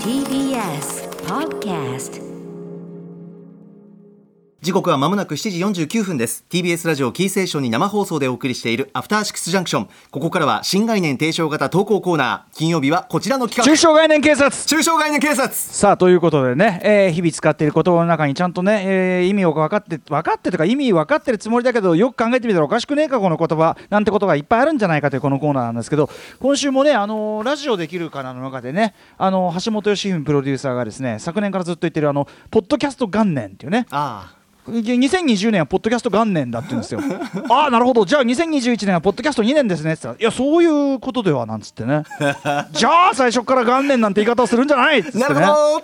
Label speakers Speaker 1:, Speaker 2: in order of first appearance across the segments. Speaker 1: TBS Podcast
Speaker 2: 時刻はまもなく7時49分です TBS ラジオキーセーションに生放送でお送りしているアフターシックスジャンクションここからは新概念提唱型投稿コーナー金曜日はこちらの企
Speaker 3: 中
Speaker 2: 画
Speaker 3: 小概念警察
Speaker 2: 中小概念警察
Speaker 3: さあということでね、えー日々使っている言葉の中にちゃんとね、えー意味を分かって分かってとか意味分かってるつもりだけどよく考えてみたらおかしくねえかこの言葉なんてことがいっぱいあるんじゃないかというこのコーナーなんですけど今週もね、あのーラジオできるかなの中でね、あのー橋本良文プロデューサーがですね昨年からずっと言ってるあのポッドキャスト元年っていうね
Speaker 2: あ
Speaker 3: 2020年はポッドキャスト元年だって言うんですよ ああなるほどじゃあ2021年はポッドキャスト2年ですねって言ったらいやそういうことではなんつって ねじゃあ最初から元年なんて言い方をするんじゃないっつってね
Speaker 2: なるほ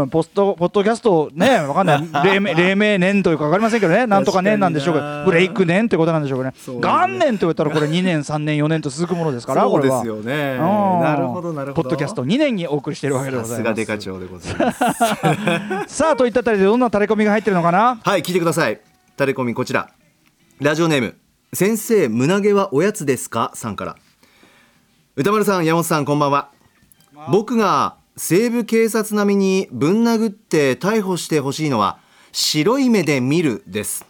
Speaker 3: うんポストポッドキャストねわかんない 黎明黎明年というか分かりませんけどねなんとか年なんでしょうけ
Speaker 2: 確かに
Speaker 3: ど
Speaker 2: な
Speaker 3: ブレイク年ということなんでしょうけどね
Speaker 2: そうですね
Speaker 3: 元年と言ったらこれ2年3年4年と続くもので すから
Speaker 2: そ
Speaker 3: こ
Speaker 2: う
Speaker 3: れ
Speaker 2: で
Speaker 3: は
Speaker 2: すよね
Speaker 3: うん
Speaker 2: なるほどなるほど
Speaker 3: ポッドキャスト2年にお送りしてるわけで
Speaker 2: ー
Speaker 3: ご
Speaker 2: さ
Speaker 3: ざ
Speaker 2: す
Speaker 3: い
Speaker 2: が
Speaker 3: ま
Speaker 2: デカ
Speaker 3: す
Speaker 2: 長でございます
Speaker 3: さあといったあたりでどんなタレコミが入ってるのかな
Speaker 2: はい聞いてくださいタレコミこちらラジオネーム先生胸毛はおやつですかさんから歌丸さん山本さんこんばんは僕が西部警察並みにぶん殴って逮捕してほしいのは白い目で見るです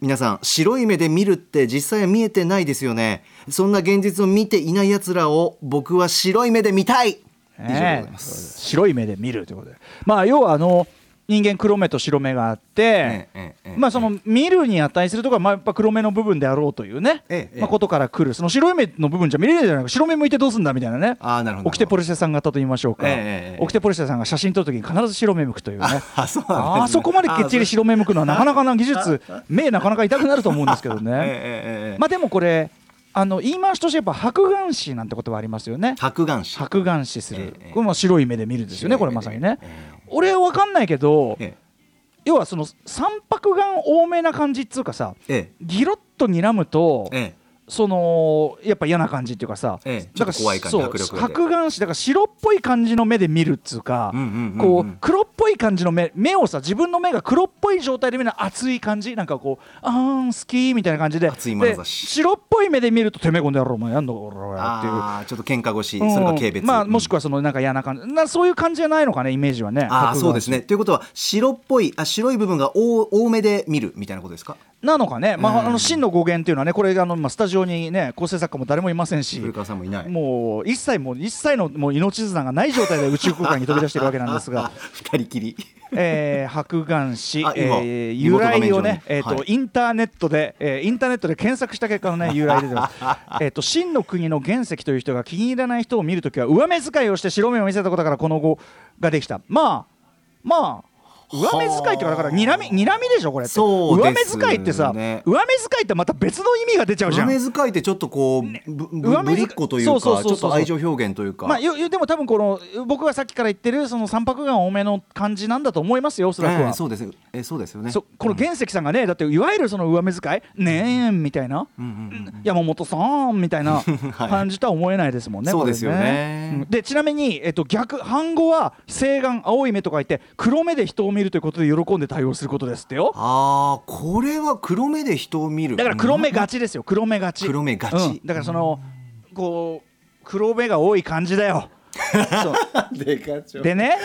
Speaker 2: 皆さん白い目で見るって実際は見えてないですよねそんな現実を見ていない奴らを僕は白い目で見たい以上でござい
Speaker 3: ねえ
Speaker 2: ます、
Speaker 3: 白い目で見るということでまあ要はあの人間黒目と白目があって
Speaker 2: え、えええ
Speaker 3: まあその見るに値するところはまあやっぱ黒目の部分であろうというね、
Speaker 2: ええ
Speaker 3: まあ、ことから来るその白い目の部分じゃ見れないじゃないか白目向いてどうすんだみたいなね
Speaker 2: あーなるほど
Speaker 3: オキテポルシェさん方と言いましょうか、
Speaker 2: ええええ
Speaker 3: オキテポルシェさんが写真撮るときに必ず白目向く というね
Speaker 2: あそうなんですね
Speaker 3: あーそこまできっちり白目向くのはなかなかな技術目なかなか痛くなると思うんですけど ね、
Speaker 2: ええええええ
Speaker 3: まあでもこれあの言い回しとしてやっぱ白眼視なんて言葉ありますよね
Speaker 2: 白眼視
Speaker 3: 白眼視する、
Speaker 2: ええ
Speaker 3: これも白い目で見るんですよねこれまさにね、
Speaker 2: ええ
Speaker 3: 俺分かんないけど、
Speaker 2: え
Speaker 3: 要はその三白眼多めな感じっつうかさ
Speaker 2: ええ
Speaker 3: ギロッと睨むと、
Speaker 2: えええ
Speaker 3: そのやっぱ嫌な感じっていうかさ、
Speaker 2: ええ
Speaker 3: だか
Speaker 2: ちょ
Speaker 3: ら
Speaker 2: っと怖い感じ
Speaker 3: そ
Speaker 2: 迫力が出
Speaker 3: う
Speaker 2: る
Speaker 3: 白眼視だから白っぽい感じの目で見るっつうか、
Speaker 2: うんうんうんうん
Speaker 3: こう黒っぽい感じの目目をさ自分の目が黒っぽい状態で見るの熱い感じなんかこうあーん好きみたいな感じで
Speaker 2: 熱い眼差
Speaker 3: で
Speaker 2: し
Speaker 3: 白っぽい目で見るとてめえこんでやろお前やんのころやっていう
Speaker 2: ああちょっと喧嘩腰、
Speaker 3: うん
Speaker 2: それか軽蔑、
Speaker 3: まあ、もしく
Speaker 2: は
Speaker 3: はそのなんか嫌な感じなそういう感じじゃないのかねイメージはね
Speaker 2: ああ
Speaker 3: 白眼
Speaker 2: そうですねということは白っぽいあ白い部分が多多めで見るみたいなことですか
Speaker 3: なのかね、まあ、
Speaker 2: うん
Speaker 3: あの真の語源っていうのはねこれあの、まあ、スタジオにね構成作家も誰もいませんし
Speaker 2: 古川さんもいない
Speaker 3: もう一切もう一切のもう命綱がない状態で宇宙空間に飛び出してるわけなんですが
Speaker 2: あ二人きり
Speaker 3: えー白眼視、
Speaker 2: あ今
Speaker 3: えー
Speaker 2: リモー
Speaker 3: 由
Speaker 2: ト画面
Speaker 3: 来をね、
Speaker 2: 上に
Speaker 3: えーと
Speaker 2: はい
Speaker 3: インターネットで、えーインターネットで検索した結果の、 ね、由来で出てますえーと真の国の原石という人が気に入らない人を見るときは上目遣いをして白目を見せたことからこの語ができたまあまあ上目遣いっていうかだからにらみにらみでしょこれって
Speaker 2: そう
Speaker 3: 上
Speaker 2: で
Speaker 3: 目
Speaker 2: すね
Speaker 3: 遣いってさ上目遣いってまた別の意味が出ちゃうじゃ
Speaker 2: 上
Speaker 3: ん
Speaker 2: 目遣いってちょっとこうぶぶ
Speaker 3: 上目遣
Speaker 2: ぶ
Speaker 3: い
Speaker 2: りっ子というか
Speaker 3: そうそうそうそう
Speaker 2: ちょっと愛情表現というか、
Speaker 3: まあ、よよでも多分この僕がさっきから言ってるその三白眼多めの感じなんだと思いますよおそら
Speaker 2: え
Speaker 3: くは、
Speaker 2: えそうですええそうですよね
Speaker 3: そこの原石さんがねだっていわゆるその上目遣いねえみたいな、山本さんみたいな
Speaker 2: はい
Speaker 3: 感じとは思えないですもんね。
Speaker 2: そう
Speaker 3: これ
Speaker 2: ですよね
Speaker 3: うんでちなみに、えっと、逆反語は青眼青い目と書いて黒目で人を見るということで喜んで対応することですってよ。
Speaker 2: ああこれは黒目で人を見る
Speaker 3: だから黒目がちですよ黒目がち
Speaker 2: 黒目がち
Speaker 3: うんだからそのこう黒目が多い感じだよそう
Speaker 2: でかちょ
Speaker 3: でね、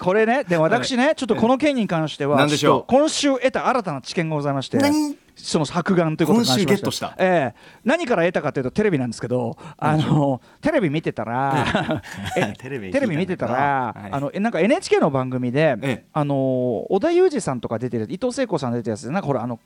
Speaker 3: これね、で私ね、ちょっとこの件に関しては、
Speaker 2: 何でしょう
Speaker 3: ちっと今週得た新たな知見がございまして、
Speaker 2: 何
Speaker 3: その白眼ということに関しま
Speaker 2: 今
Speaker 3: して
Speaker 2: 週ゲットした
Speaker 3: ええ何から得たかというとテレビなんですけど、あのテレビ見てたら、え
Speaker 2: テレビ
Speaker 3: テレビ見てた
Speaker 2: は
Speaker 3: ら、
Speaker 2: い
Speaker 3: あのえなんか NHK の番組で、
Speaker 2: ええ
Speaker 3: あの織田裕二さんとか出てる、伊藤聖子さん出てるやつで、なんかほらあの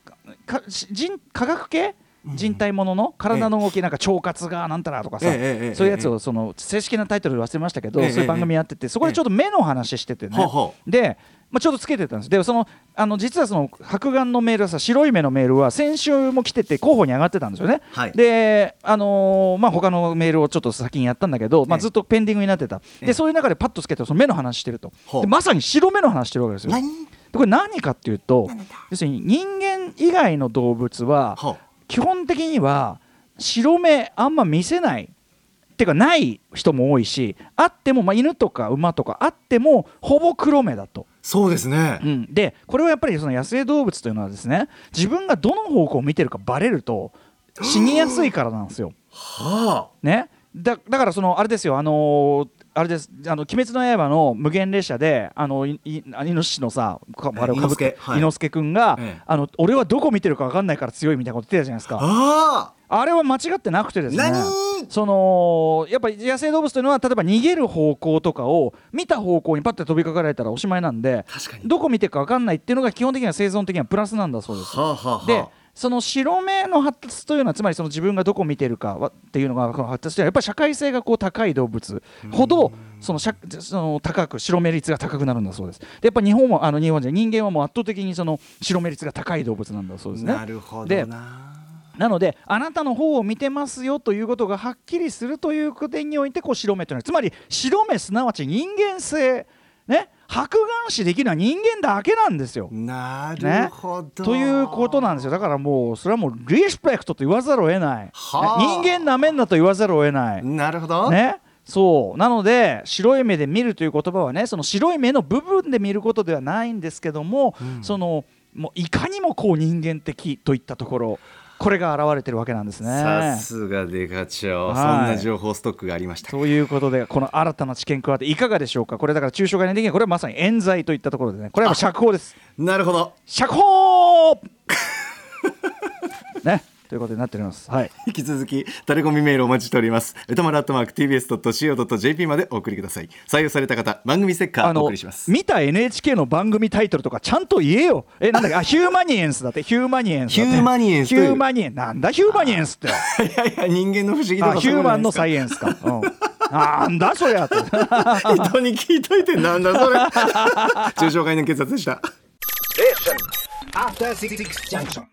Speaker 3: か人科学系人体ものの体の動きなんか腸活がなんたらとかさ、
Speaker 2: ええええええ
Speaker 3: そういうやつをその正式なタイトル忘れましたけど、
Speaker 2: ええ
Speaker 3: そういう番組やっててそこでちょっと目の話しててね、
Speaker 2: ほうほ
Speaker 3: で、まあ、ちょうどつけてたんですでそのあの実はその白眼のメールはさ白い目のメールは先週も来てて候補に上がってたんですよね、
Speaker 2: はい
Speaker 3: であのーまあ他のメールをちょっと先にやったんだけど、まあ、
Speaker 2: ええ
Speaker 3: ずっとペンディングになってた、
Speaker 2: え
Speaker 3: でそういう中でパッとつけてその目の話してると
Speaker 2: ほう
Speaker 3: でまさに白目の話してるわけですよで
Speaker 2: 何
Speaker 3: これ何かっていうと要するに人間以外の動物は
Speaker 2: ほう
Speaker 3: 基本的には白目あんま見せないっていうかない人も多いしあっても、まあ、犬とか馬とかあってもほぼ黒目だと、
Speaker 2: そうですね
Speaker 3: うん、でこれはやっぱりその野生動物というのはですね自分がどの方向を見てるかバレると死にやすいからなんですよ。
Speaker 2: はあ
Speaker 3: ね、だだからそのあれですよ、あのーあれですあの鬼滅の刃の無限列車であのいいあイノシシのさか
Speaker 2: え
Speaker 3: あれをかぶっ
Speaker 2: 伊
Speaker 3: て
Speaker 2: 之助はい
Speaker 3: 伊之助君が、
Speaker 2: ええ
Speaker 3: あの俺はどこ見てるか分かんないから強いみたいなこと言ってたじゃないですか。
Speaker 2: あ
Speaker 3: あれは間違ってなくてですね
Speaker 2: 何
Speaker 3: そのやっぱり野生動物というのは例えば逃げる方向とかを見た方向にパッて飛びかかられたらおしまいなんで
Speaker 2: 確かに
Speaker 3: どこ見てるか分かんないっていうのが基本的には生存的にはプラスなんだそうで
Speaker 2: あ
Speaker 3: す。
Speaker 2: はあはあはあ
Speaker 3: でその白目の発達というのはつまりその自分がどこを見てるかはっていうのがこの発達というのはやっぱり社会性がこう高い動物ほどその社その高く白目率が高くなるんだそうです。でやっぱ日本はあの日本じゃない人間はもう圧倒的にその白目率が高い動物なんだそうですね。
Speaker 2: なるほ
Speaker 3: で
Speaker 2: どな
Speaker 3: なのであなたの方を見てますよということがはっきりするという点においてこう白目というのはつまり白目すなわち人間性ね白眼視できるのは人間だけなんですよ。
Speaker 2: な
Speaker 3: ね
Speaker 2: るほ、ど、
Speaker 3: ということなんですよだからもうそれはもうリスペクトと言わざるを得ない、ね
Speaker 2: はあ
Speaker 3: 人間なめんなと言わざるを得ない、
Speaker 2: なるほど、
Speaker 3: ね、そうなので白い目で見るという言葉はねその白い目の部分で見ることではないんですけども、そのもういかにもこう人間的といったところこれが現れてるわけなんです
Speaker 2: さ
Speaker 3: ね。
Speaker 2: すがデカ長、
Speaker 3: はい
Speaker 2: そんな情報ストックがありました
Speaker 3: ということでこの新たな知見加わっていかがでしょうかこれだから中小概念的にはこれはまさに冤罪といったところでねこれはもう釈放です
Speaker 2: なるほど
Speaker 3: 釈放 ねということになっております。はい
Speaker 2: 引き続きタレコミメールお待ちしております歌丸アットマーク TBS.CO.JP までお送りください採用された方番組ステッカーお送りします
Speaker 3: 見た NHK の番組タイトルとかちゃんと言えよえなんだ っけあヒューマニエンスだってヒューマニエンスだって
Speaker 2: ヒューマニエンス
Speaker 3: ヒューマニエンなんだヒューマニエンスって
Speaker 2: いやいや人間の不思議と
Speaker 3: あ
Speaker 2: か
Speaker 3: ヒューマンのサ
Speaker 2: イ
Speaker 3: イエンスか、 うん、なんだそ りゃって
Speaker 2: 人に聞いといてなんだそれ 中小概念警察でした
Speaker 4: After Six Junction.